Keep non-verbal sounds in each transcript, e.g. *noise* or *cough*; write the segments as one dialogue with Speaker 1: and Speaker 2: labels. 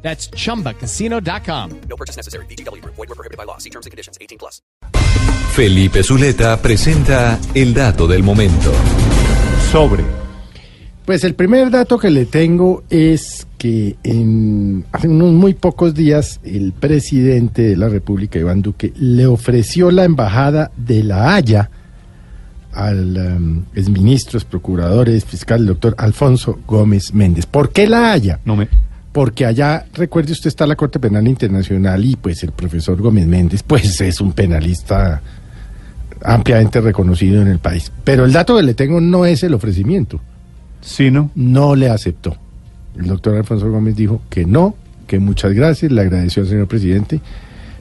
Speaker 1: That's chumbacasino.com.
Speaker 2: No purchase necessary. BGW. Void were prohibited by law. See terms and conditions. 18 plus.
Speaker 3: Felipe Zuleta presenta el dato del momento.
Speaker 4: sobre.
Speaker 5: Pues el primer dato que le tengo es que en hace unos muy pocos días el presidente de la República, Iván Duque, le ofreció la embajada de La Haya al em, exministros, procuradores, fiscal, el doctor Alfonso Gómez Méndez. ¿Por qué La Haya?
Speaker 4: No me.
Speaker 5: Porque allá, recuerde usted, está la Corte Penal Internacional y pues el profesor Gómez Méndez, pues es un penalista ampliamente reconocido en el país. Pero el dato que le tengo no es el ofrecimiento
Speaker 4: Sí, ¿no?
Speaker 5: no le aceptó. El doctor Alfonso Gómez dijo que no, que muchas gracias, le agradeció al señor presidente,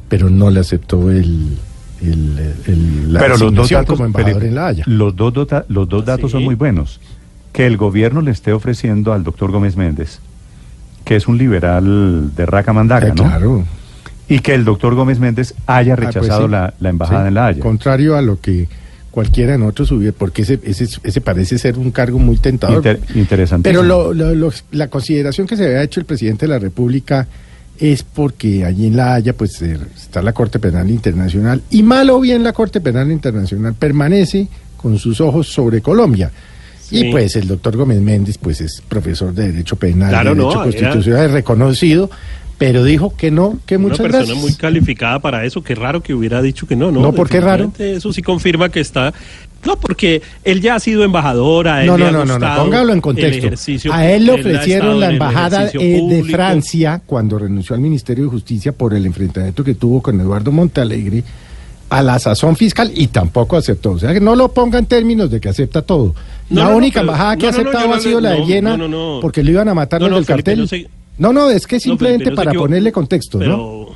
Speaker 5: pero no le aceptó el, el, el- la
Speaker 4: Pero los dos
Speaker 5: asignación
Speaker 4: datos.
Speaker 5: como embajador
Speaker 4: pero
Speaker 5: en La Haya.
Speaker 4: Los dos, dota- los
Speaker 6: Ah,
Speaker 4: dos datos son muy buenos. Que el gobierno le esté ofreciendo al doctor Gómez Méndez, que es un liberal de raca mandaca,
Speaker 5: Eh,
Speaker 4: ¿no?
Speaker 5: Claro.
Speaker 4: Y que el doctor Gómez Méndez haya
Speaker 5: Ah, pues
Speaker 4: rechazado
Speaker 5: sí.
Speaker 4: la, la embajada
Speaker 5: Sí,
Speaker 4: en La Haya.
Speaker 5: Contrario a lo que cualquiera de nosotros hubiera, porque ese, ese, ese parece ser un cargo muy tentador.
Speaker 4: Inter- interesantísimo.
Speaker 5: Pero lo- lo- lo- la consideración que se había hecho el presidente de la República es porque allí en La Haya pues eh, está la Corte Penal Internacional y mal o bien la Corte Penal Internacional permanece con sus ojos sobre Colombia. Y pues el doctor Gómez Méndez pues es profesor de Derecho Penal,
Speaker 6: Claro,
Speaker 5: de
Speaker 6: no,
Speaker 5: Derecho
Speaker 6: era-
Speaker 5: Constitucional, es reconocido, pero dijo que no, que muchas
Speaker 6: una persona
Speaker 5: gracias.
Speaker 6: muy calificada para eso, qué raro que hubiera dicho que no, ¿no?
Speaker 5: No, ¿por qué raro?
Speaker 6: Definitivamente Eso sí confirma que está... No, porque él ya ha sido embajador, a él
Speaker 5: No,
Speaker 6: le
Speaker 5: no,
Speaker 6: ha
Speaker 5: no, no, no,
Speaker 6: gustado
Speaker 5: póngalo en
Speaker 6: el
Speaker 5: contexto.
Speaker 6: ejercicio,
Speaker 5: A él le
Speaker 6: ha
Speaker 5: ofrecieron
Speaker 6: estado
Speaker 5: la
Speaker 6: en el
Speaker 5: embajada
Speaker 6: ejercicio
Speaker 5: eh, de
Speaker 6: público.
Speaker 5: Francia cuando renunció al Ministerio de Justicia por el enfrentamiento que tuvo con Eduardo Montalegre a la sazón fiscal y tampoco aceptó. O sea, que no lo ponga en términos de que acepta todo.
Speaker 6: No,
Speaker 5: la
Speaker 6: no, no,
Speaker 5: única
Speaker 6: pero-
Speaker 5: embajada que
Speaker 6: no,
Speaker 5: ha
Speaker 6: no, no,
Speaker 5: aceptado
Speaker 6: yo no
Speaker 5: ha sido
Speaker 6: le-
Speaker 5: la de
Speaker 6: no,
Speaker 5: Viena
Speaker 6: no, no, no.
Speaker 5: porque lo iban a matar
Speaker 6: No,
Speaker 5: los
Speaker 6: no,
Speaker 5: del
Speaker 6: Felipe,
Speaker 5: cartel.
Speaker 6: no se-
Speaker 5: No, no, es que
Speaker 6: No, Felipe,
Speaker 5: simplemente
Speaker 6: no se
Speaker 5: para
Speaker 6: equivoque.
Speaker 5: ponerle contexto, ¿no?
Speaker 6: Pero,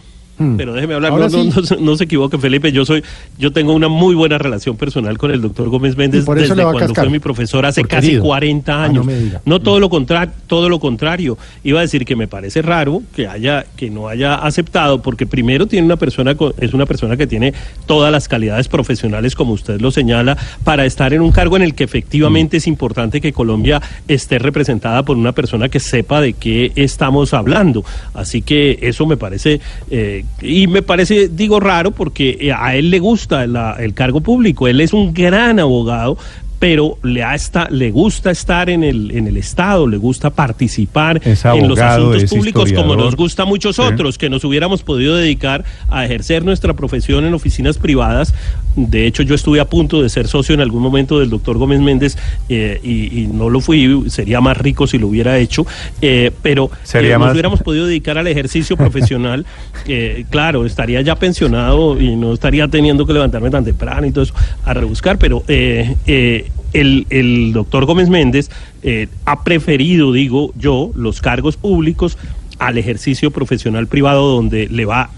Speaker 5: Hmm.
Speaker 6: pero déjeme hablar,
Speaker 5: Ahora
Speaker 6: no, no,
Speaker 5: sí.
Speaker 6: no se- no se equivoque, Felipe. Yo soy, yo tengo una muy buena relación personal con el doctor Gómez Méndez
Speaker 5: Y por eso
Speaker 6: desde
Speaker 5: le va a
Speaker 6: cuando
Speaker 5: cascar.
Speaker 6: fue mi profesor hace
Speaker 5: Por
Speaker 6: casi
Speaker 5: querido.
Speaker 6: 40
Speaker 5: Ah,
Speaker 6: años.
Speaker 5: no me diga.
Speaker 6: todo lo contrario, todo lo contrario. Iba a decir que me parece raro que haya, que no haya aceptado, porque primero tiene una persona, con- es una persona que tiene todas las calidades profesionales, como usted lo señala, para estar en un cargo en el que efectivamente es importante que Colombia esté representada por una persona que sepa de qué estamos hablando. Así que eso me parece, eh, y me parece, digo raro, porque eh, a él le gusta la- el cargo público. Él es un gran abogado, pero le, ha esta- le gusta estar en el, en el Estado, le gusta participar
Speaker 4: Es
Speaker 6: en los
Speaker 4: abogado,
Speaker 6: asuntos
Speaker 4: es
Speaker 6: públicos como
Speaker 4: historiador.
Speaker 6: nos gusta a muchos
Speaker 4: Sí.
Speaker 6: otros, que nos hubiéramos podido dedicar a ejercer nuestra profesión en oficinas privadas. De hecho, yo estuve a punto de ser socio en algún momento del doctor Gómez Méndez eh, y, y no lo fui, sería más rico si lo hubiera hecho, eh, pero eh,
Speaker 4: Sería
Speaker 6: nos
Speaker 4: más-
Speaker 6: hubiéramos podido dedicar al ejercicio profesional. eh, claro, estaría ya pensionado y no estaría teniendo que levantarme tan temprano y todo eso a rebuscar, pero eh, eh, el, el doctor Gómez Méndez eh, ha preferido, digo yo, los cargos públicos al ejercicio profesional privado donde le va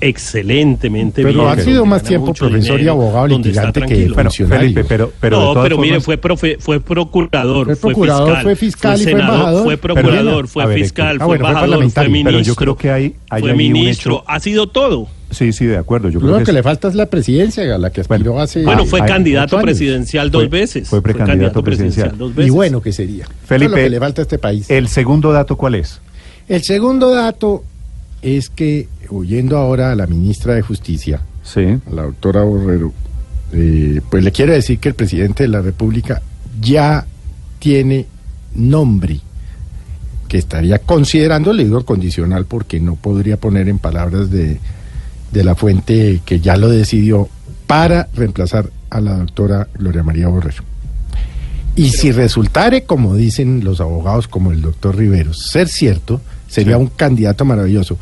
Speaker 6: excelentemente
Speaker 5: Pero
Speaker 6: bien,
Speaker 5: ha
Speaker 6: donde
Speaker 5: sido
Speaker 6: gana
Speaker 5: más tiempo
Speaker 6: mucho
Speaker 5: profesor y abogado
Speaker 6: donde está
Speaker 5: litigante que
Speaker 6: tranquilo.
Speaker 4: Bueno,
Speaker 5: funcionario.
Speaker 4: Felipe, pero, pero de
Speaker 6: no,
Speaker 4: todas
Speaker 6: pero mire,
Speaker 4: formas-
Speaker 6: fue profe, fue procurador,
Speaker 5: Fue
Speaker 6: fue,
Speaker 5: procurador,
Speaker 6: fiscal,
Speaker 5: fue fiscal y fue
Speaker 6: senador,
Speaker 5: embajador.
Speaker 6: fue
Speaker 5: Pero
Speaker 6: procurador,
Speaker 4: bien, a
Speaker 6: fue
Speaker 4: ver,
Speaker 6: fiscal,
Speaker 5: ah,
Speaker 6: fue
Speaker 5: bueno, fue
Speaker 6: embajador, fue
Speaker 5: parlamentario,
Speaker 6: ministro,
Speaker 4: pero yo creo que hay- hay
Speaker 6: fue
Speaker 4: ahí un
Speaker 6: ministro,
Speaker 4: hecho-
Speaker 6: ha sido todo.
Speaker 5: Ah,
Speaker 4: Sí, sí, de acuerdo. Yo
Speaker 5: Lo
Speaker 4: creo
Speaker 5: que
Speaker 4: es-
Speaker 5: le falta es la presidencia, a la que aspiró
Speaker 4: pues Bueno,
Speaker 5: hace.
Speaker 6: Bueno,
Speaker 4: Ah,
Speaker 6: fue
Speaker 4: hay
Speaker 6: candidato
Speaker 5: ocho años.
Speaker 6: presidencial dos
Speaker 4: Fue-
Speaker 6: veces.
Speaker 4: fue precandidato presidencial.
Speaker 6: dos
Speaker 5: Y
Speaker 6: veces.
Speaker 5: bueno que sería. Eso es
Speaker 4: Felipe,
Speaker 5: lo que le falta a este país.
Speaker 4: ¿El segundo dato cuál es?
Speaker 5: El segundo dato es que, oyendo ahora a la ministra de Justicia,
Speaker 4: Sí.
Speaker 5: a la doctora Borrero, eh, pues le quiero decir que el presidente de la República ya tiene nombre que estaría considerando, le digo condicional porque no podría poner en palabras de, de la fuente que ya lo decidió para reemplazar a la doctora Gloria María Borrero. Y si resultare, como dicen los abogados como el doctor Rivero, ser cierto, sería
Speaker 4: Sí.
Speaker 5: un candidato maravilloso.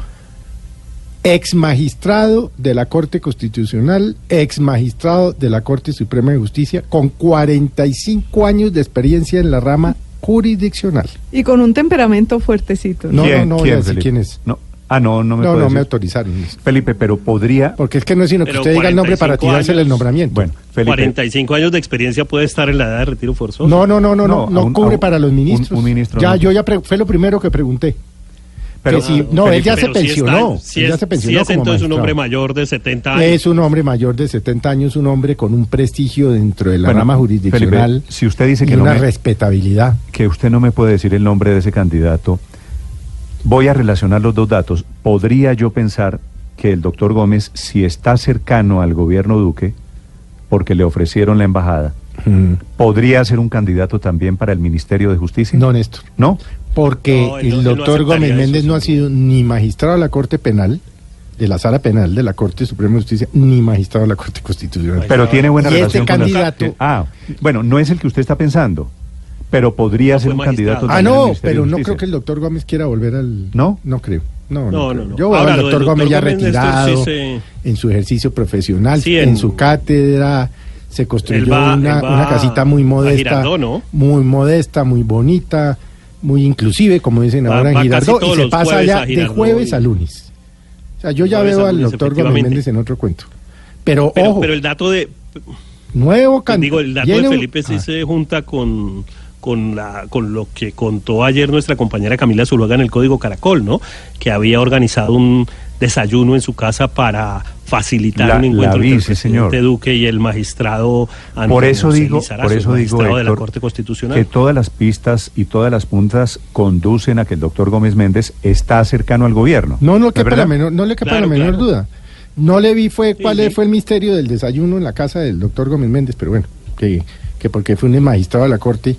Speaker 5: Ex magistrado de la Corte Constitucional, ex magistrado de la Corte Suprema de Justicia, con 45 años de experiencia en la rama jurisdiccional.
Speaker 7: Y con un temperamento fuertecito.
Speaker 5: No,
Speaker 4: ¿Quién-
Speaker 5: no, no voy
Speaker 4: quién,
Speaker 5: a decir
Speaker 4: Felipe?
Speaker 5: quién es.
Speaker 4: No. Ah, no, no me
Speaker 5: No,
Speaker 4: puede
Speaker 5: no me
Speaker 4: decir.
Speaker 5: autorizaron.
Speaker 4: Felipe, pero podría...
Speaker 5: Porque es que no es sino que
Speaker 6: Pero
Speaker 5: usted diga el nombre para
Speaker 6: 45
Speaker 5: tirarse el
Speaker 6: años.
Speaker 5: nombramiento.
Speaker 4: Bueno, Felipe...
Speaker 6: 45 años de experiencia puede estar en la edad de retiro forzoso.
Speaker 5: No, no, no, no,
Speaker 4: No,
Speaker 5: no, no
Speaker 4: a un- a
Speaker 5: cubre
Speaker 4: un-
Speaker 5: para los ministros.
Speaker 4: un- un ministro
Speaker 5: ya,
Speaker 4: no.
Speaker 5: yo ya pre- fue lo primero que pregunté.
Speaker 4: pero,
Speaker 5: que si- no, él ya se
Speaker 6: Pero si está-
Speaker 5: pensionó.
Speaker 6: Si
Speaker 5: él
Speaker 6: es,
Speaker 5: ya se pensionó
Speaker 6: si es
Speaker 5: como
Speaker 6: entonces un
Speaker 5: magistrado.
Speaker 6: hombre mayor de 70 años.
Speaker 5: Es un hombre mayor de 70 años, un hombre con un prestigio dentro de la
Speaker 4: Bueno,
Speaker 5: rama jurisdiccional.
Speaker 4: Felipe, si usted dice
Speaker 5: y
Speaker 4: que no
Speaker 5: una
Speaker 4: me-
Speaker 5: respetabilidad.
Speaker 4: que usted no me puede decir el nombre de ese candidato, voy a relacionar los dos datos. Podría yo pensar que el doctor Gómez, si está cercano al gobierno Duque, porque le ofrecieron la embajada, Mm, ¿podría ser un candidato también para el Ministerio de Justicia?
Speaker 5: No, Pues Néstor.
Speaker 4: ¿No?
Speaker 5: Porque
Speaker 6: No, él no-
Speaker 5: el
Speaker 6: él no
Speaker 5: doctor
Speaker 6: aceptaría
Speaker 5: Gómez
Speaker 6: eso,
Speaker 5: Méndez no ha
Speaker 6: seguro.
Speaker 5: sido ni magistrado de la Corte Penal, de la Sala Penal de la Corte Suprema de Justicia, ni magistrado de la Corte Constitucional.
Speaker 4: Pero tiene buena
Speaker 5: Y este
Speaker 4: relación con las-
Speaker 5: candidato-
Speaker 4: Ah, bueno, no es el que usted está pensando, pero podría
Speaker 6: No
Speaker 4: ser
Speaker 6: fue
Speaker 4: un
Speaker 6: magistrado.
Speaker 4: candidato.
Speaker 5: ah,
Speaker 4: también al
Speaker 5: no,
Speaker 4: Ministerio
Speaker 5: pero
Speaker 4: de
Speaker 5: no
Speaker 4: Justicia.
Speaker 5: creo que el doctor Gómez quiera volver al...
Speaker 4: ¿no.
Speaker 5: No creo. No, no,
Speaker 6: No, no,
Speaker 5: creo.
Speaker 6: no.
Speaker 5: Yo veo
Speaker 6: Ahora,
Speaker 5: al
Speaker 6: lo del
Speaker 5: doctor Gómez ya
Speaker 6: doctor Gómez, Néstor,
Speaker 5: retirado,
Speaker 6: sí, sí.
Speaker 5: en su ejercicio profesional,
Speaker 6: Sí,
Speaker 5: en...
Speaker 6: en-
Speaker 5: su cátedra, se construyó
Speaker 6: va-
Speaker 5: una,
Speaker 6: él va
Speaker 5: una casita muy
Speaker 6: a
Speaker 5: modesta,
Speaker 6: Girardot, ¿no?
Speaker 5: muy modesta, muy bonita, muy inclusive, como dicen
Speaker 6: Va-
Speaker 5: ahora en
Speaker 6: va casi
Speaker 5: Girardot, y
Speaker 6: todos
Speaker 5: se
Speaker 6: los
Speaker 5: pasa
Speaker 6: jueves
Speaker 5: ya
Speaker 6: a
Speaker 5: de
Speaker 6: Girardot
Speaker 5: jueves
Speaker 6: y-
Speaker 5: a lunes. O sea, yo ya
Speaker 6: Jueves a
Speaker 5: veo al
Speaker 6: lunes,
Speaker 5: doctor Gómez
Speaker 6: efectivamente.
Speaker 5: Méndez en otro cuento. Pero,
Speaker 6: pero,
Speaker 5: ojo,
Speaker 6: pero el dato de
Speaker 5: nuevo candidato.
Speaker 6: digo, el dato de Felipe
Speaker 5: Ah.
Speaker 6: sí se junta con con la con lo que contó ayer nuestra compañera Camila Zuluaga en el código Caracol, ¿no? Que había organizado un desayuno en su casa para facilitar
Speaker 4: La-
Speaker 6: un
Speaker 4: la
Speaker 6: encuentro
Speaker 4: vi,
Speaker 6: entre
Speaker 4: sí,
Speaker 6: el
Speaker 4: señor.
Speaker 6: presidente Duque y el magistrado Antonio
Speaker 4: Por eso
Speaker 6: José
Speaker 4: digo,
Speaker 6: Lizarazo,
Speaker 4: por eso
Speaker 6: el
Speaker 4: digo,
Speaker 6: magistrado de la
Speaker 4: Héctor,
Speaker 6: Corte Constitucional.
Speaker 4: que todas las pistas y todas las puntas conducen a que el doctor Gómez Méndez está cercano al gobierno.
Speaker 5: No, no,
Speaker 4: ¿Es
Speaker 5: quepa la
Speaker 4: verdad?
Speaker 5: menor, no le quepa
Speaker 6: Claro,
Speaker 5: la menor
Speaker 6: claro.
Speaker 5: duda. No le vi fue cuál
Speaker 6: sí.
Speaker 5: fue el misterio del desayuno en la casa del doctor Gómez Méndez, pero bueno, que, que porque fue un magistrado de la corte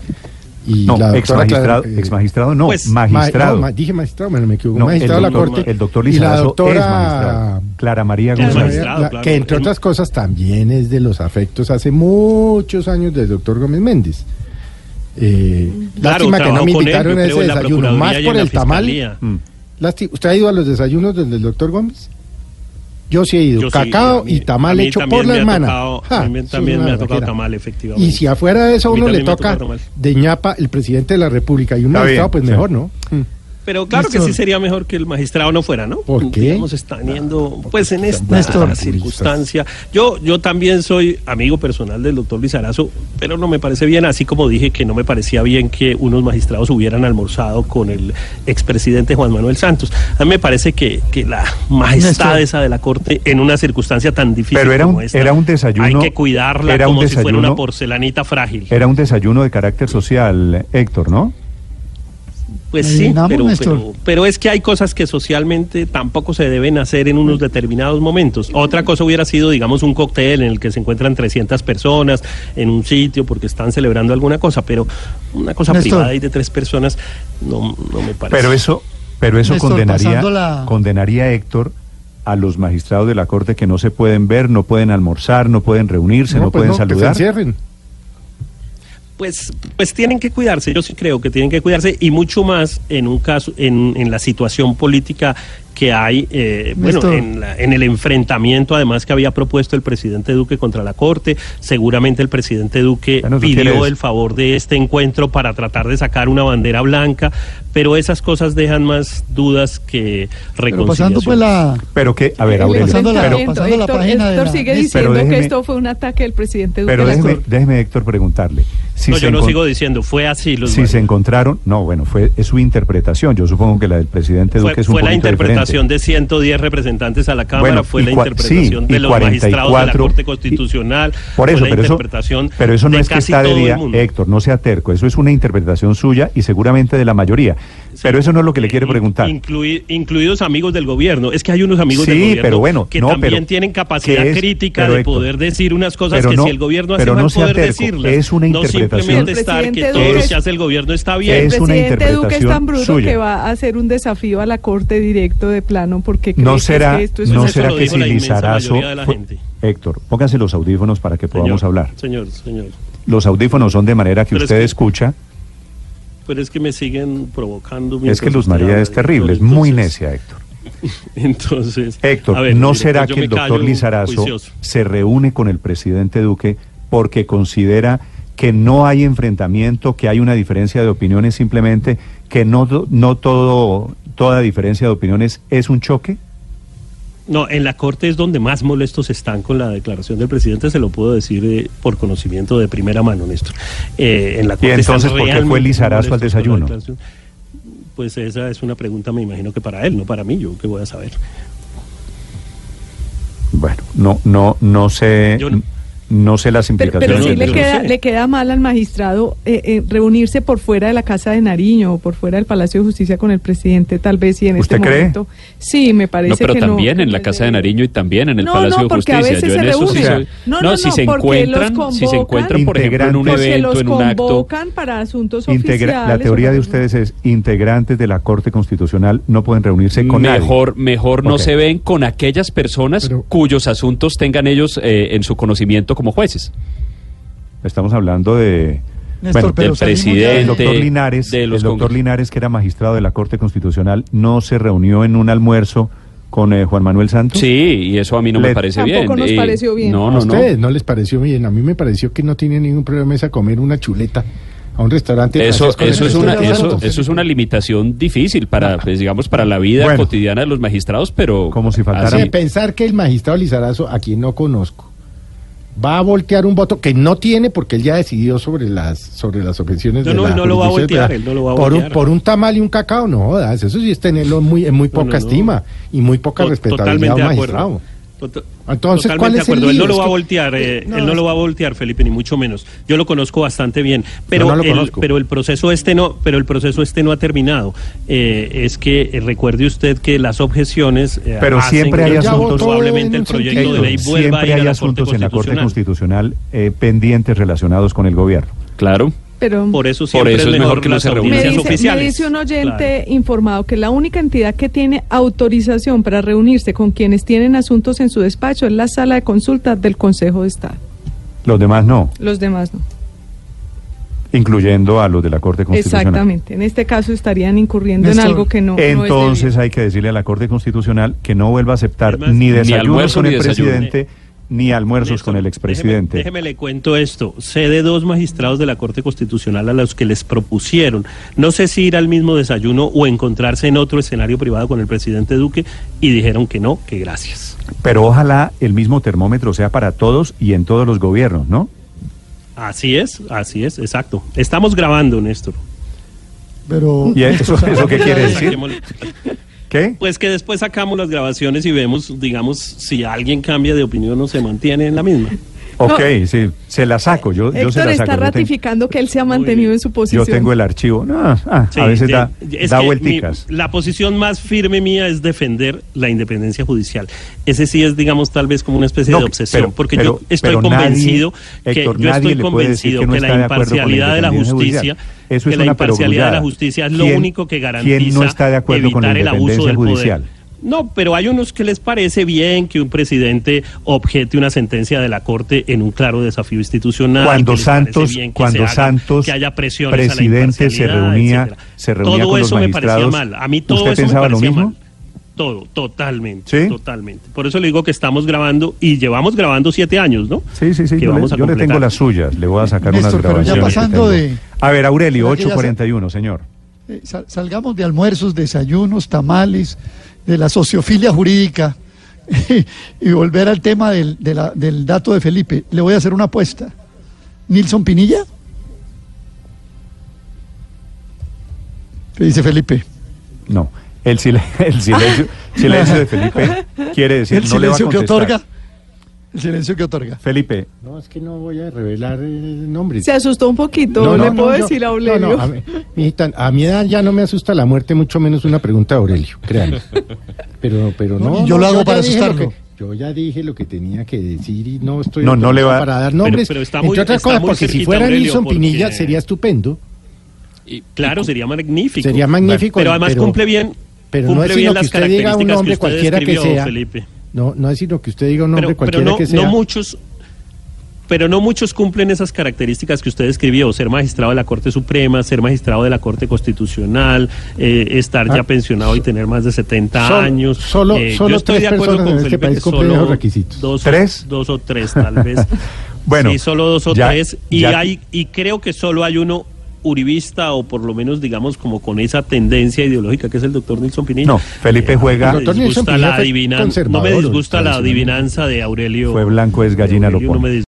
Speaker 5: y
Speaker 4: No,
Speaker 5: la
Speaker 4: ex
Speaker 5: doctora Clara-
Speaker 4: magistrado,
Speaker 5: eh,
Speaker 4: ex magistrado no,
Speaker 6: pues,
Speaker 5: ma-
Speaker 4: magistrado.
Speaker 5: no, ma- dije magistrado, me, me equivoqué,
Speaker 4: No,
Speaker 5: magistrado de
Speaker 4: el
Speaker 5: la
Speaker 4: doctor,
Speaker 5: corte.
Speaker 4: el doctor
Speaker 5: y la
Speaker 4: Lizarazo
Speaker 5: doctora
Speaker 4: es magistrado. Clara María
Speaker 6: Clara
Speaker 4: Gómez.
Speaker 5: María-
Speaker 4: María.
Speaker 6: magistrado,
Speaker 5: la-
Speaker 6: claro.
Speaker 5: que entre otras cosas también es de los afectos hace muchos años del doctor Gómez Méndez. Eh,
Speaker 6: Claro,
Speaker 5: lástima que no
Speaker 6: trabajó
Speaker 5: me
Speaker 6: con él,
Speaker 5: invitaron
Speaker 6: yo
Speaker 5: a
Speaker 6: creo,
Speaker 5: ese
Speaker 6: en la
Speaker 5: desayuno,
Speaker 6: Procuraduría
Speaker 5: más
Speaker 6: y
Speaker 5: por
Speaker 6: en la
Speaker 5: el tamal.
Speaker 6: Fiscalía.
Speaker 4: Mm.
Speaker 5: Lasti- ¿Usted ha ido a los desayunos del, del doctor Gómez? Yo sí he ido.
Speaker 6: Yo sí,
Speaker 5: Cacao
Speaker 6: a mí-
Speaker 5: y tamal
Speaker 6: a mí
Speaker 5: hecho
Speaker 6: también
Speaker 5: por la
Speaker 6: me ha
Speaker 5: hermana.
Speaker 6: tocado- a mí
Speaker 5: eso es
Speaker 6: también
Speaker 5: una
Speaker 6: me ha tocado
Speaker 5: loquera.
Speaker 6: tamal, efectivamente.
Speaker 5: Y si afuera de eso a
Speaker 6: A mí
Speaker 5: uno le
Speaker 6: también me ha
Speaker 5: toca
Speaker 6: tocado tamal.
Speaker 5: de ñapa el presidente de la República y un
Speaker 4: Está
Speaker 5: magistrado,
Speaker 4: bien,
Speaker 5: pues
Speaker 4: sí.
Speaker 5: mejor, ¿no?
Speaker 6: Pero claro que
Speaker 7: Néstor.
Speaker 6: sí sería mejor que el magistrado no fuera, ¿no?
Speaker 5: ¿Por qué?
Speaker 6: Digamos, está teniendo, pues en esta
Speaker 5: Néstor.
Speaker 6: circunstancia. Yo, yo también soy amigo personal del doctor Lizarazo, pero no me parece bien, así como dije que no me parecía bien que unos magistrados hubieran almorzado con el expresidente Juan Manuel Santos. A mí me parece que, que la majestad
Speaker 7: Néstor.
Speaker 6: esa de la corte en una circunstancia tan difícil
Speaker 4: Pero era
Speaker 6: como
Speaker 4: un-
Speaker 6: esta,
Speaker 4: era un desayuno-
Speaker 6: Hay que cuidarla
Speaker 4: era un
Speaker 6: como si fuera una
Speaker 4: desayuno-
Speaker 6: porcelanita frágil.
Speaker 4: Era un desayuno de carácter social, Héctor, ¿no?
Speaker 6: Pues
Speaker 7: ¿Le
Speaker 6: sí,
Speaker 7: llenamos,
Speaker 6: pero,
Speaker 7: Néstor?
Speaker 6: pero, pero es que hay cosas que socialmente tampoco se deben hacer en unos determinados momentos. Otra cosa hubiera sido, digamos, un cóctel en el que se encuentran 300 personas en un sitio porque están celebrando alguna cosa, pero una cosa
Speaker 7: Néstor.
Speaker 6: privada y de tres personas no, no me parece.
Speaker 4: Pero eso, pero eso
Speaker 7: Néstor,
Speaker 4: condenaría,
Speaker 7: pasando la-
Speaker 4: condenaría a Héctor a los magistrados de la corte que no se pueden ver, no pueden almorzar, no pueden reunirse, no,
Speaker 5: pues
Speaker 4: pueden
Speaker 5: que se
Speaker 4: saludar.
Speaker 5: encierren.
Speaker 6: Pues, pues tienen que cuidarse, yo sí creo que tienen que cuidarse y mucho más en un caso, en, en la situación política que hay, eh, bueno,
Speaker 7: Néstor.
Speaker 6: en, la- en el enfrentamiento además que había propuesto el presidente Duque contra la Corte, seguramente el presidente Duque
Speaker 4: Bueno, ¿tú
Speaker 6: pidió
Speaker 4: quieres?
Speaker 6: el favor de este encuentro para tratar de sacar una bandera blanca, pero esas cosas dejan más dudas que
Speaker 7: Pero pasando
Speaker 6: reconciliación.
Speaker 7: pues la...
Speaker 4: Pero que, a ver,
Speaker 7: El
Speaker 4: Aurelio,
Speaker 7: pasando la-
Speaker 4: pero,
Speaker 7: enfrentamiento. pasando la
Speaker 8: Héctor,
Speaker 7: página de
Speaker 8: Héctor
Speaker 7: la-
Speaker 8: sigue
Speaker 7: Pero
Speaker 8: diciendo
Speaker 4: déjeme-
Speaker 8: que esto fue un ataque del presidente Duque.
Speaker 4: pero
Speaker 8: a la
Speaker 4: déjeme,
Speaker 8: Corte.
Speaker 4: déjeme, Héctor, preguntarle. Si
Speaker 6: No,
Speaker 4: se
Speaker 6: yo no
Speaker 4: encont-
Speaker 6: sigo diciendo, fue así los
Speaker 4: Si se
Speaker 6: marinos.
Speaker 4: encontraron, no, bueno, fue es su interpretación. Yo supongo que la del presidente Duque
Speaker 6: Fue,
Speaker 4: es un
Speaker 6: fue la
Speaker 4: poquito
Speaker 6: interpretación
Speaker 4: diferente.
Speaker 6: de 110 representantes a la Cámara,
Speaker 4: Bueno,
Speaker 6: fue
Speaker 4: y
Speaker 6: la
Speaker 4: cua-
Speaker 6: interpretación
Speaker 4: sí,
Speaker 6: de
Speaker 4: y
Speaker 6: los
Speaker 4: 44
Speaker 6: magistrados de la
Speaker 4: y-
Speaker 6: Corte Constitucional,
Speaker 4: Por eso,
Speaker 6: fue la
Speaker 4: pero eso,
Speaker 6: interpretación
Speaker 4: pero eso no
Speaker 6: de
Speaker 4: es que
Speaker 6: casi
Speaker 4: está de
Speaker 6: todo el
Speaker 4: día, eh,
Speaker 6: mundo.
Speaker 4: Héctor, no sea terco, eso es una interpretación suya y seguramente de la mayoría. Pero eso no es lo que le quiere
Speaker 6: In-
Speaker 4: preguntar.
Speaker 6: inclui- incluidos amigos del gobierno. Es que hay unos amigos del
Speaker 4: Sí,
Speaker 6: gobierno
Speaker 4: pero bueno,
Speaker 6: que
Speaker 4: no,
Speaker 6: también
Speaker 4: pero-
Speaker 6: tienen capacidad
Speaker 4: que es-
Speaker 6: crítica
Speaker 4: pero
Speaker 6: de
Speaker 4: Héctor,
Speaker 6: poder decir unas cosas
Speaker 4: pero
Speaker 6: que
Speaker 4: no-
Speaker 6: si el gobierno hace
Speaker 4: pero
Speaker 6: mal
Speaker 4: no sea
Speaker 6: poder
Speaker 4: terco,
Speaker 6: decirlas.
Speaker 4: es una
Speaker 6: no
Speaker 4: interpretación-
Speaker 6: simplemente estar que
Speaker 8: Presidente
Speaker 6: todo lo
Speaker 8: Duque-
Speaker 6: que hace el gobierno está
Speaker 8: El
Speaker 6: bien.
Speaker 4: es una
Speaker 8: presidente Duque es
Speaker 4: interpretación
Speaker 8: tan bruto
Speaker 4: suya.
Speaker 8: que va a hacer un desafío a la Corte directo de plano porque cree
Speaker 4: No
Speaker 8: que
Speaker 4: será,
Speaker 8: que esto es
Speaker 4: no
Speaker 8: una-
Speaker 6: eso
Speaker 4: será
Speaker 6: lo
Speaker 4: que
Speaker 6: dijo
Speaker 4: si
Speaker 6: la inmensa
Speaker 4: Lizarazo.
Speaker 6: mayoría de la
Speaker 4: fue-
Speaker 6: gente.
Speaker 4: Héctor, pónganse los audífonos para que podamos
Speaker 6: Señor,
Speaker 4: hablar.
Speaker 6: Señor, señor.
Speaker 4: Los audífonos son de manera que
Speaker 6: Pero es
Speaker 4: usted
Speaker 6: que-
Speaker 4: escucha.
Speaker 6: Pero es que me siguen provocando.
Speaker 4: Es
Speaker 6: mientras
Speaker 4: que Luz
Speaker 6: usted
Speaker 4: María
Speaker 6: habla,
Speaker 4: es terrible, es
Speaker 6: Héctor,
Speaker 4: muy
Speaker 6: entonces-
Speaker 4: necia, Héctor.
Speaker 6: *laughs* Entonces,
Speaker 4: Héctor,
Speaker 6: a ver,
Speaker 4: ¿no
Speaker 6: director,
Speaker 4: será
Speaker 6: yo
Speaker 4: que
Speaker 6: me
Speaker 4: el doctor
Speaker 6: callo,
Speaker 4: Lizarazo
Speaker 6: juicioso.
Speaker 4: se reúne con el presidente Duque porque considera que no hay enfrentamiento, que hay una diferencia de opiniones, simplemente que no, do- no todo toda diferencia de opiniones es un choque?
Speaker 6: No, en la Corte es donde más molestos están con la declaración del presidente, se lo puedo decir eh, por conocimiento de primera mano, Néstor. Eh, en la corte están
Speaker 4: entonces por qué fue
Speaker 6: realmente
Speaker 4: Lizarazo al
Speaker 6: molestos con la
Speaker 4: desayuno?
Speaker 6: declaración. Pues esa es una pregunta, me imagino que para él, no para mí, yo qué voy a saber.
Speaker 4: Bueno, no, no, no sé,
Speaker 6: Yo no-
Speaker 4: no sé las
Speaker 8: Pero,
Speaker 4: implicaciones.
Speaker 8: pero
Speaker 6: no,
Speaker 8: sí
Speaker 4: del
Speaker 8: le
Speaker 6: yo no
Speaker 4: desayuno.
Speaker 8: queda,
Speaker 6: sé.
Speaker 8: le queda mal al magistrado eh, eh, reunirse por fuera de la Casa de Nariño o por fuera del Palacio de Justicia con el presidente, tal vez, y en
Speaker 4: ¿Usted
Speaker 8: este
Speaker 4: cree?
Speaker 8: momento. Sí, me parece
Speaker 7: No, pero
Speaker 8: que no,
Speaker 7: también
Speaker 8: que
Speaker 7: en la
Speaker 8: no
Speaker 7: Casa de
Speaker 8: es debido.
Speaker 7: Nariño y también en el
Speaker 8: No,
Speaker 7: Palacio
Speaker 8: no,
Speaker 7: de
Speaker 8: porque
Speaker 7: Justicia.
Speaker 8: a veces
Speaker 7: Yo en
Speaker 8: se
Speaker 7: eso sí
Speaker 4: reúnen.
Speaker 7: soy-
Speaker 8: No, no,
Speaker 7: si
Speaker 8: no,
Speaker 7: se
Speaker 8: porque los
Speaker 7: encuentran, si se
Speaker 8: convocan.
Speaker 7: encuentran, por ejemplo, en un
Speaker 4: Integrantes.
Speaker 8: Porque
Speaker 7: evento,
Speaker 8: los
Speaker 7: en un acto.
Speaker 8: convocan para asuntos
Speaker 4: Integra-
Speaker 8: oficiales.
Speaker 4: la
Speaker 8: o
Speaker 4: teoría
Speaker 8: para-
Speaker 4: de ustedes es integrantes de la Corte Constitucional no pueden reunirse con nadie.
Speaker 7: mejor, mejor no
Speaker 4: Ok.
Speaker 7: se ven con aquellas personas
Speaker 5: Pero-
Speaker 7: cuyos asuntos tengan ellos eh, en su conocimiento como jueces.
Speaker 4: Estamos hablando de
Speaker 9: Néstor,
Speaker 4: bueno,
Speaker 9: pero
Speaker 7: del
Speaker 9: salimos ya
Speaker 7: presidente,
Speaker 9: de-
Speaker 4: el doctor Linares,
Speaker 7: de los
Speaker 4: el doctor
Speaker 7: congres-
Speaker 4: Linares que era magistrado de la Corte Constitucional no se reunió en un almuerzo con eh, Juan Manuel Santos.
Speaker 7: Sí, y eso a mí no
Speaker 4: Le-
Speaker 7: me parece bien.
Speaker 8: Tampoco nos
Speaker 7: Eh,
Speaker 8: pareció bien.
Speaker 7: No,
Speaker 5: a
Speaker 7: no, no.
Speaker 5: ustedes no. les pareció bien. A mí me pareció que no tenía ningún problema es a comer una chuleta a un restaurante.
Speaker 7: Eso,
Speaker 5: francés con el
Speaker 7: eso, es una,
Speaker 5: presidente
Speaker 7: eso,
Speaker 5: Santos.
Speaker 7: eso es una limitación difícil para, pues, digamos, para la vida
Speaker 4: Ah. Bueno.
Speaker 7: cotidiana de los magistrados, pero...
Speaker 4: Como si faltara-
Speaker 5: O sea,
Speaker 7: así-
Speaker 5: pensar que el magistrado Lizarazo, a quien no conozco, va a voltear un voto que no tiene porque él ya decidió sobre las sobre las objeciones
Speaker 6: No,
Speaker 5: de
Speaker 6: no,
Speaker 5: la
Speaker 6: él no lo va a
Speaker 5: jurisdicción
Speaker 6: voltear,
Speaker 5: federal.
Speaker 6: él no lo va a
Speaker 5: por un,
Speaker 6: voltear.
Speaker 5: por un tamal y un cacao, no jodas, eso sí es tenerlo en muy, en muy
Speaker 6: No, no,
Speaker 5: poca
Speaker 6: no.
Speaker 5: estima y muy poca
Speaker 6: To-
Speaker 5: respetabilidad a un
Speaker 6: de
Speaker 5: magistrado.
Speaker 6: acuerdo. Tot-
Speaker 5: Entonces,
Speaker 6: totalmente
Speaker 5: ¿cuál
Speaker 6: de
Speaker 5: es el
Speaker 6: acuerdo. Él no
Speaker 5: lío?
Speaker 6: lo
Speaker 5: Es
Speaker 6: va a
Speaker 5: que-
Speaker 6: voltear, eh,
Speaker 5: eh, no,
Speaker 6: él no
Speaker 5: es-
Speaker 6: lo va a voltear, Felipe, ni mucho menos. Yo lo conozco bastante bien, pero,
Speaker 5: no lo
Speaker 6: el,
Speaker 5: conozco.
Speaker 6: pero el proceso este no, pero el proceso este no ha terminado. Eh, es que eh, recuerde usted que las objeciones, eh,
Speaker 4: Pero
Speaker 6: hacen
Speaker 4: siempre
Speaker 6: que
Speaker 4: hay
Speaker 6: ya
Speaker 4: asuntos-
Speaker 6: votó probablemente
Speaker 5: en
Speaker 6: el
Speaker 5: un
Speaker 6: proyecto
Speaker 5: sentido.
Speaker 6: de ley
Speaker 4: Héctor,
Speaker 6: vuelva a ir
Speaker 4: siempre
Speaker 6: a
Speaker 4: hay
Speaker 6: la
Speaker 4: asuntos
Speaker 6: Corte
Speaker 4: en la Corte
Speaker 6: Constitucional.
Speaker 4: Constitucional eh, pendientes relacionados con el gobierno.
Speaker 7: Claro.
Speaker 8: Pero...
Speaker 6: Por eso siempre
Speaker 7: eso es mejor que no
Speaker 6: las
Speaker 7: se reúnan.
Speaker 8: Me
Speaker 6: audiencias
Speaker 8: dice,
Speaker 6: oficiales.
Speaker 8: me dice un
Speaker 6: Claro.
Speaker 8: oyente informado que la única entidad que tiene autorización para reunirse con quienes tienen asuntos en su despacho es la sala de consulta del Consejo de Estado.
Speaker 4: Los demás no,
Speaker 8: Los demás no.
Speaker 4: incluyendo a los de la Corte Constitucional.
Speaker 8: Exactamente. En este caso estarían incurriendo
Speaker 9: Néstor,
Speaker 8: en algo que no, no es
Speaker 4: Entonces
Speaker 8: debido.
Speaker 4: hay que decirle a la Corte Constitucional que no vuelva a aceptar
Speaker 6: Además,
Speaker 4: ni
Speaker 6: ni
Speaker 4: desayunos
Speaker 7: almuerzo
Speaker 4: con
Speaker 7: ni
Speaker 4: el
Speaker 7: desayuno.
Speaker 4: presidente ni almuerzos
Speaker 6: Néstor,
Speaker 4: con el expresidente.
Speaker 6: Déjeme, déjeme le cuento esto. Sé de dos magistrados de la Corte Constitucional a los que les propusieron, no sé si ir al mismo desayuno o encontrarse en otro escenario privado con el presidente Duque, y dijeron que no, que gracias.
Speaker 4: Pero ojalá el mismo termómetro sea para todos y en todos los gobiernos, ¿no?
Speaker 6: Así es, así es, exacto. Estamos grabando, Néstor.
Speaker 9: Pero,
Speaker 4: ¿Y eso-
Speaker 9: Néstor,
Speaker 5: *laughs*
Speaker 4: eso qué
Speaker 9: salgamos
Speaker 4: quiere
Speaker 9: ya de-
Speaker 4: decir? ¿Qué?
Speaker 6: Pues que después sacamos las grabaciones y vemos, digamos, si alguien cambia de opinión o se mantiene en la misma.
Speaker 4: Ok, sí, se la saco, yo, yo se
Speaker 8: Héctor
Speaker 4: la saco.
Speaker 8: está
Speaker 4: yo tengo-
Speaker 8: ratificando que él se ha
Speaker 6: Muy
Speaker 8: mantenido
Speaker 6: bien.
Speaker 8: en su
Speaker 4: Yo
Speaker 8: posición.
Speaker 4: tengo el archivo. No, ah,
Speaker 6: Sí,
Speaker 4: a veces
Speaker 6: de-
Speaker 4: da,
Speaker 6: es
Speaker 4: da
Speaker 6: que mi-
Speaker 4: vuelticas.
Speaker 6: la posición más firme mía es defender la independencia judicial. Ese sí es, digamos, tal vez como una especie
Speaker 4: No,
Speaker 6: de obsesión,
Speaker 4: pero-
Speaker 6: porque
Speaker 4: pero-
Speaker 6: yo estoy
Speaker 4: pero nadie,
Speaker 6: convencido que
Speaker 4: Héctor,
Speaker 6: yo
Speaker 4: nadie
Speaker 6: estoy
Speaker 4: le puede decir
Speaker 6: convencido
Speaker 4: que
Speaker 6: que,
Speaker 4: no está
Speaker 6: la
Speaker 4: de acuerdo con la
Speaker 6: imparcialidad de la
Speaker 4: independencia
Speaker 6: justicia,
Speaker 4: judicial. Eso
Speaker 6: que
Speaker 4: es
Speaker 6: la
Speaker 4: una
Speaker 6: imparcialidad de
Speaker 4: perogrullada.
Speaker 6: la justicia es lo
Speaker 4: ¿Quién-
Speaker 6: único que
Speaker 4: quién no
Speaker 6: garantiza
Speaker 4: está de acuerdo con la
Speaker 6: evitar el abuso
Speaker 4: independencia
Speaker 6: del
Speaker 4: judicial?
Speaker 6: poder. No, pero hay unos que les parece bien que un presidente objete una sentencia de la Corte en un claro desafío institucional.
Speaker 4: cuando
Speaker 6: que les parece
Speaker 4: Santos,
Speaker 6: bien que se
Speaker 4: cuando
Speaker 6: haga-
Speaker 4: Santos,
Speaker 6: que haya presiones a la
Speaker 4: presidente, se
Speaker 6: imparcialidad,
Speaker 4: reunía,
Speaker 6: etcétera.
Speaker 4: se reunía
Speaker 6: todo
Speaker 4: con
Speaker 6: eso
Speaker 4: los
Speaker 6: me parecía
Speaker 4: magistrados.
Speaker 6: mal. A mí todo
Speaker 4: ¿Usted
Speaker 6: eso
Speaker 4: pensaba
Speaker 6: me
Speaker 4: lo
Speaker 6: parecía
Speaker 4: mismo?
Speaker 6: mal. Todo, totalmente,
Speaker 4: ¿Sí?
Speaker 6: totalmente. Por eso le digo que estamos grabando y llevamos grabando siete años, ¿no?
Speaker 4: Sí, sí, sí.
Speaker 6: Que
Speaker 4: Yo, le,
Speaker 6: vamos a
Speaker 4: yo le tengo
Speaker 6: completar.
Speaker 4: las suyas. Le voy a sacar
Speaker 9: Néstor,
Speaker 4: unas
Speaker 9: pero ya
Speaker 4: grabaciones. que
Speaker 9: pasando
Speaker 4: tengo.
Speaker 9: de-
Speaker 4: A ver, Aurelio,
Speaker 9: Para que ya se-
Speaker 4: 841, señor.
Speaker 9: eh, sal- salgamos de almuerzos, desayunos, tamales, de la sociofilia jurídica *laughs* y volver al tema del, de la- del dato de Felipe. Le voy a hacer una apuesta. ¿Nilson Pinilla? ¿Qué dice Felipe?
Speaker 4: No. El, sile- *laughs* el silencio,
Speaker 8: Ah.
Speaker 4: silencio de Felipe quiere decir
Speaker 9: el
Speaker 4: no le va a
Speaker 9: silencio que
Speaker 4: contestar.
Speaker 9: otorga. El silencio que otorga.
Speaker 4: Felipe,
Speaker 5: No, es que no voy a revelar el nombre.
Speaker 8: Se asustó un poquito, le puedo decir a Aurelio.
Speaker 5: a, mí- mijita, a mi edad ya no me asusta la muerte, mucho menos una pregunta de Aurelio, créanme. Pero, pero no.
Speaker 9: Y yo lo
Speaker 5: no,
Speaker 9: hago
Speaker 5: ya
Speaker 9: para
Speaker 5: dije lo
Speaker 9: asustarlo.
Speaker 5: que- yo ya dije lo que tenía que decir y no estoy
Speaker 4: No, no le va-
Speaker 5: para dar
Speaker 4: Pero-
Speaker 5: nombres.
Speaker 6: pero está muy-
Speaker 5: entre otras
Speaker 6: está
Speaker 5: cosas,
Speaker 6: muy
Speaker 5: porque si
Speaker 6: cerquita,
Speaker 5: fuera
Speaker 6: Aurelio,
Speaker 5: Nilson
Speaker 6: porque-
Speaker 5: Pinilla sería estupendo.
Speaker 7: Y-
Speaker 6: Claro, sería magnífico.
Speaker 5: Sería magnífico.
Speaker 6: Pero además cumple bien.
Speaker 5: Pero
Speaker 6: cumple
Speaker 5: no es
Speaker 6: bien
Speaker 5: sino
Speaker 6: las
Speaker 5: que usted diga un
Speaker 6: características
Speaker 5: nombre
Speaker 6: usted
Speaker 5: cualquiera que
Speaker 6: describió,
Speaker 5: sea.
Speaker 6: Felipe.
Speaker 5: No, no es sino que usted diga un nombre
Speaker 6: Pero, pero
Speaker 5: cualquiera
Speaker 6: no,
Speaker 5: que sea.
Speaker 6: no muchos. Pero no muchos cumplen esas características que usted describió, ser magistrado de la Corte Suprema, ser magistrado de la Corte Constitucional, eh, estar
Speaker 5: Ah.
Speaker 6: ya pensionado y tener más de 70
Speaker 5: Sol-
Speaker 6: años.
Speaker 5: solo-
Speaker 6: Eh,
Speaker 5: solo
Speaker 6: yo estoy
Speaker 5: tres
Speaker 6: de acuerdo
Speaker 5: personas
Speaker 6: con
Speaker 5: en este
Speaker 6: Felipe
Speaker 5: país
Speaker 6: que
Speaker 5: cumplen
Speaker 6: solo
Speaker 5: esos requisitos.
Speaker 6: Dos,
Speaker 4: ¿Tres?
Speaker 6: ¿Tres? dos
Speaker 5: *laughs*
Speaker 6: o tres, tal vez.
Speaker 4: Bueno,
Speaker 6: Sí, solo dos o
Speaker 4: ya-
Speaker 6: tres. Y,
Speaker 4: ya-
Speaker 6: hay, y creo que solo hay uno uribista o por lo menos, digamos, como con esa tendencia ideológica que es el doctor Nilson Pinilla.
Speaker 4: No, Felipe
Speaker 6: a mí
Speaker 4: juega-
Speaker 6: No me
Speaker 5: Doctor Nilson
Speaker 6: disgusta
Speaker 5: Pinilla
Speaker 6: la
Speaker 5: fue
Speaker 6: adivinan- no me
Speaker 5: conservador,
Speaker 6: disgusta la
Speaker 5: tradicionalmente.
Speaker 6: adivinanza de Aurelio.
Speaker 4: Fue blanco, es gallina,
Speaker 6: de
Speaker 4: lo
Speaker 6: Aurelio, no
Speaker 4: pone.
Speaker 6: me dis-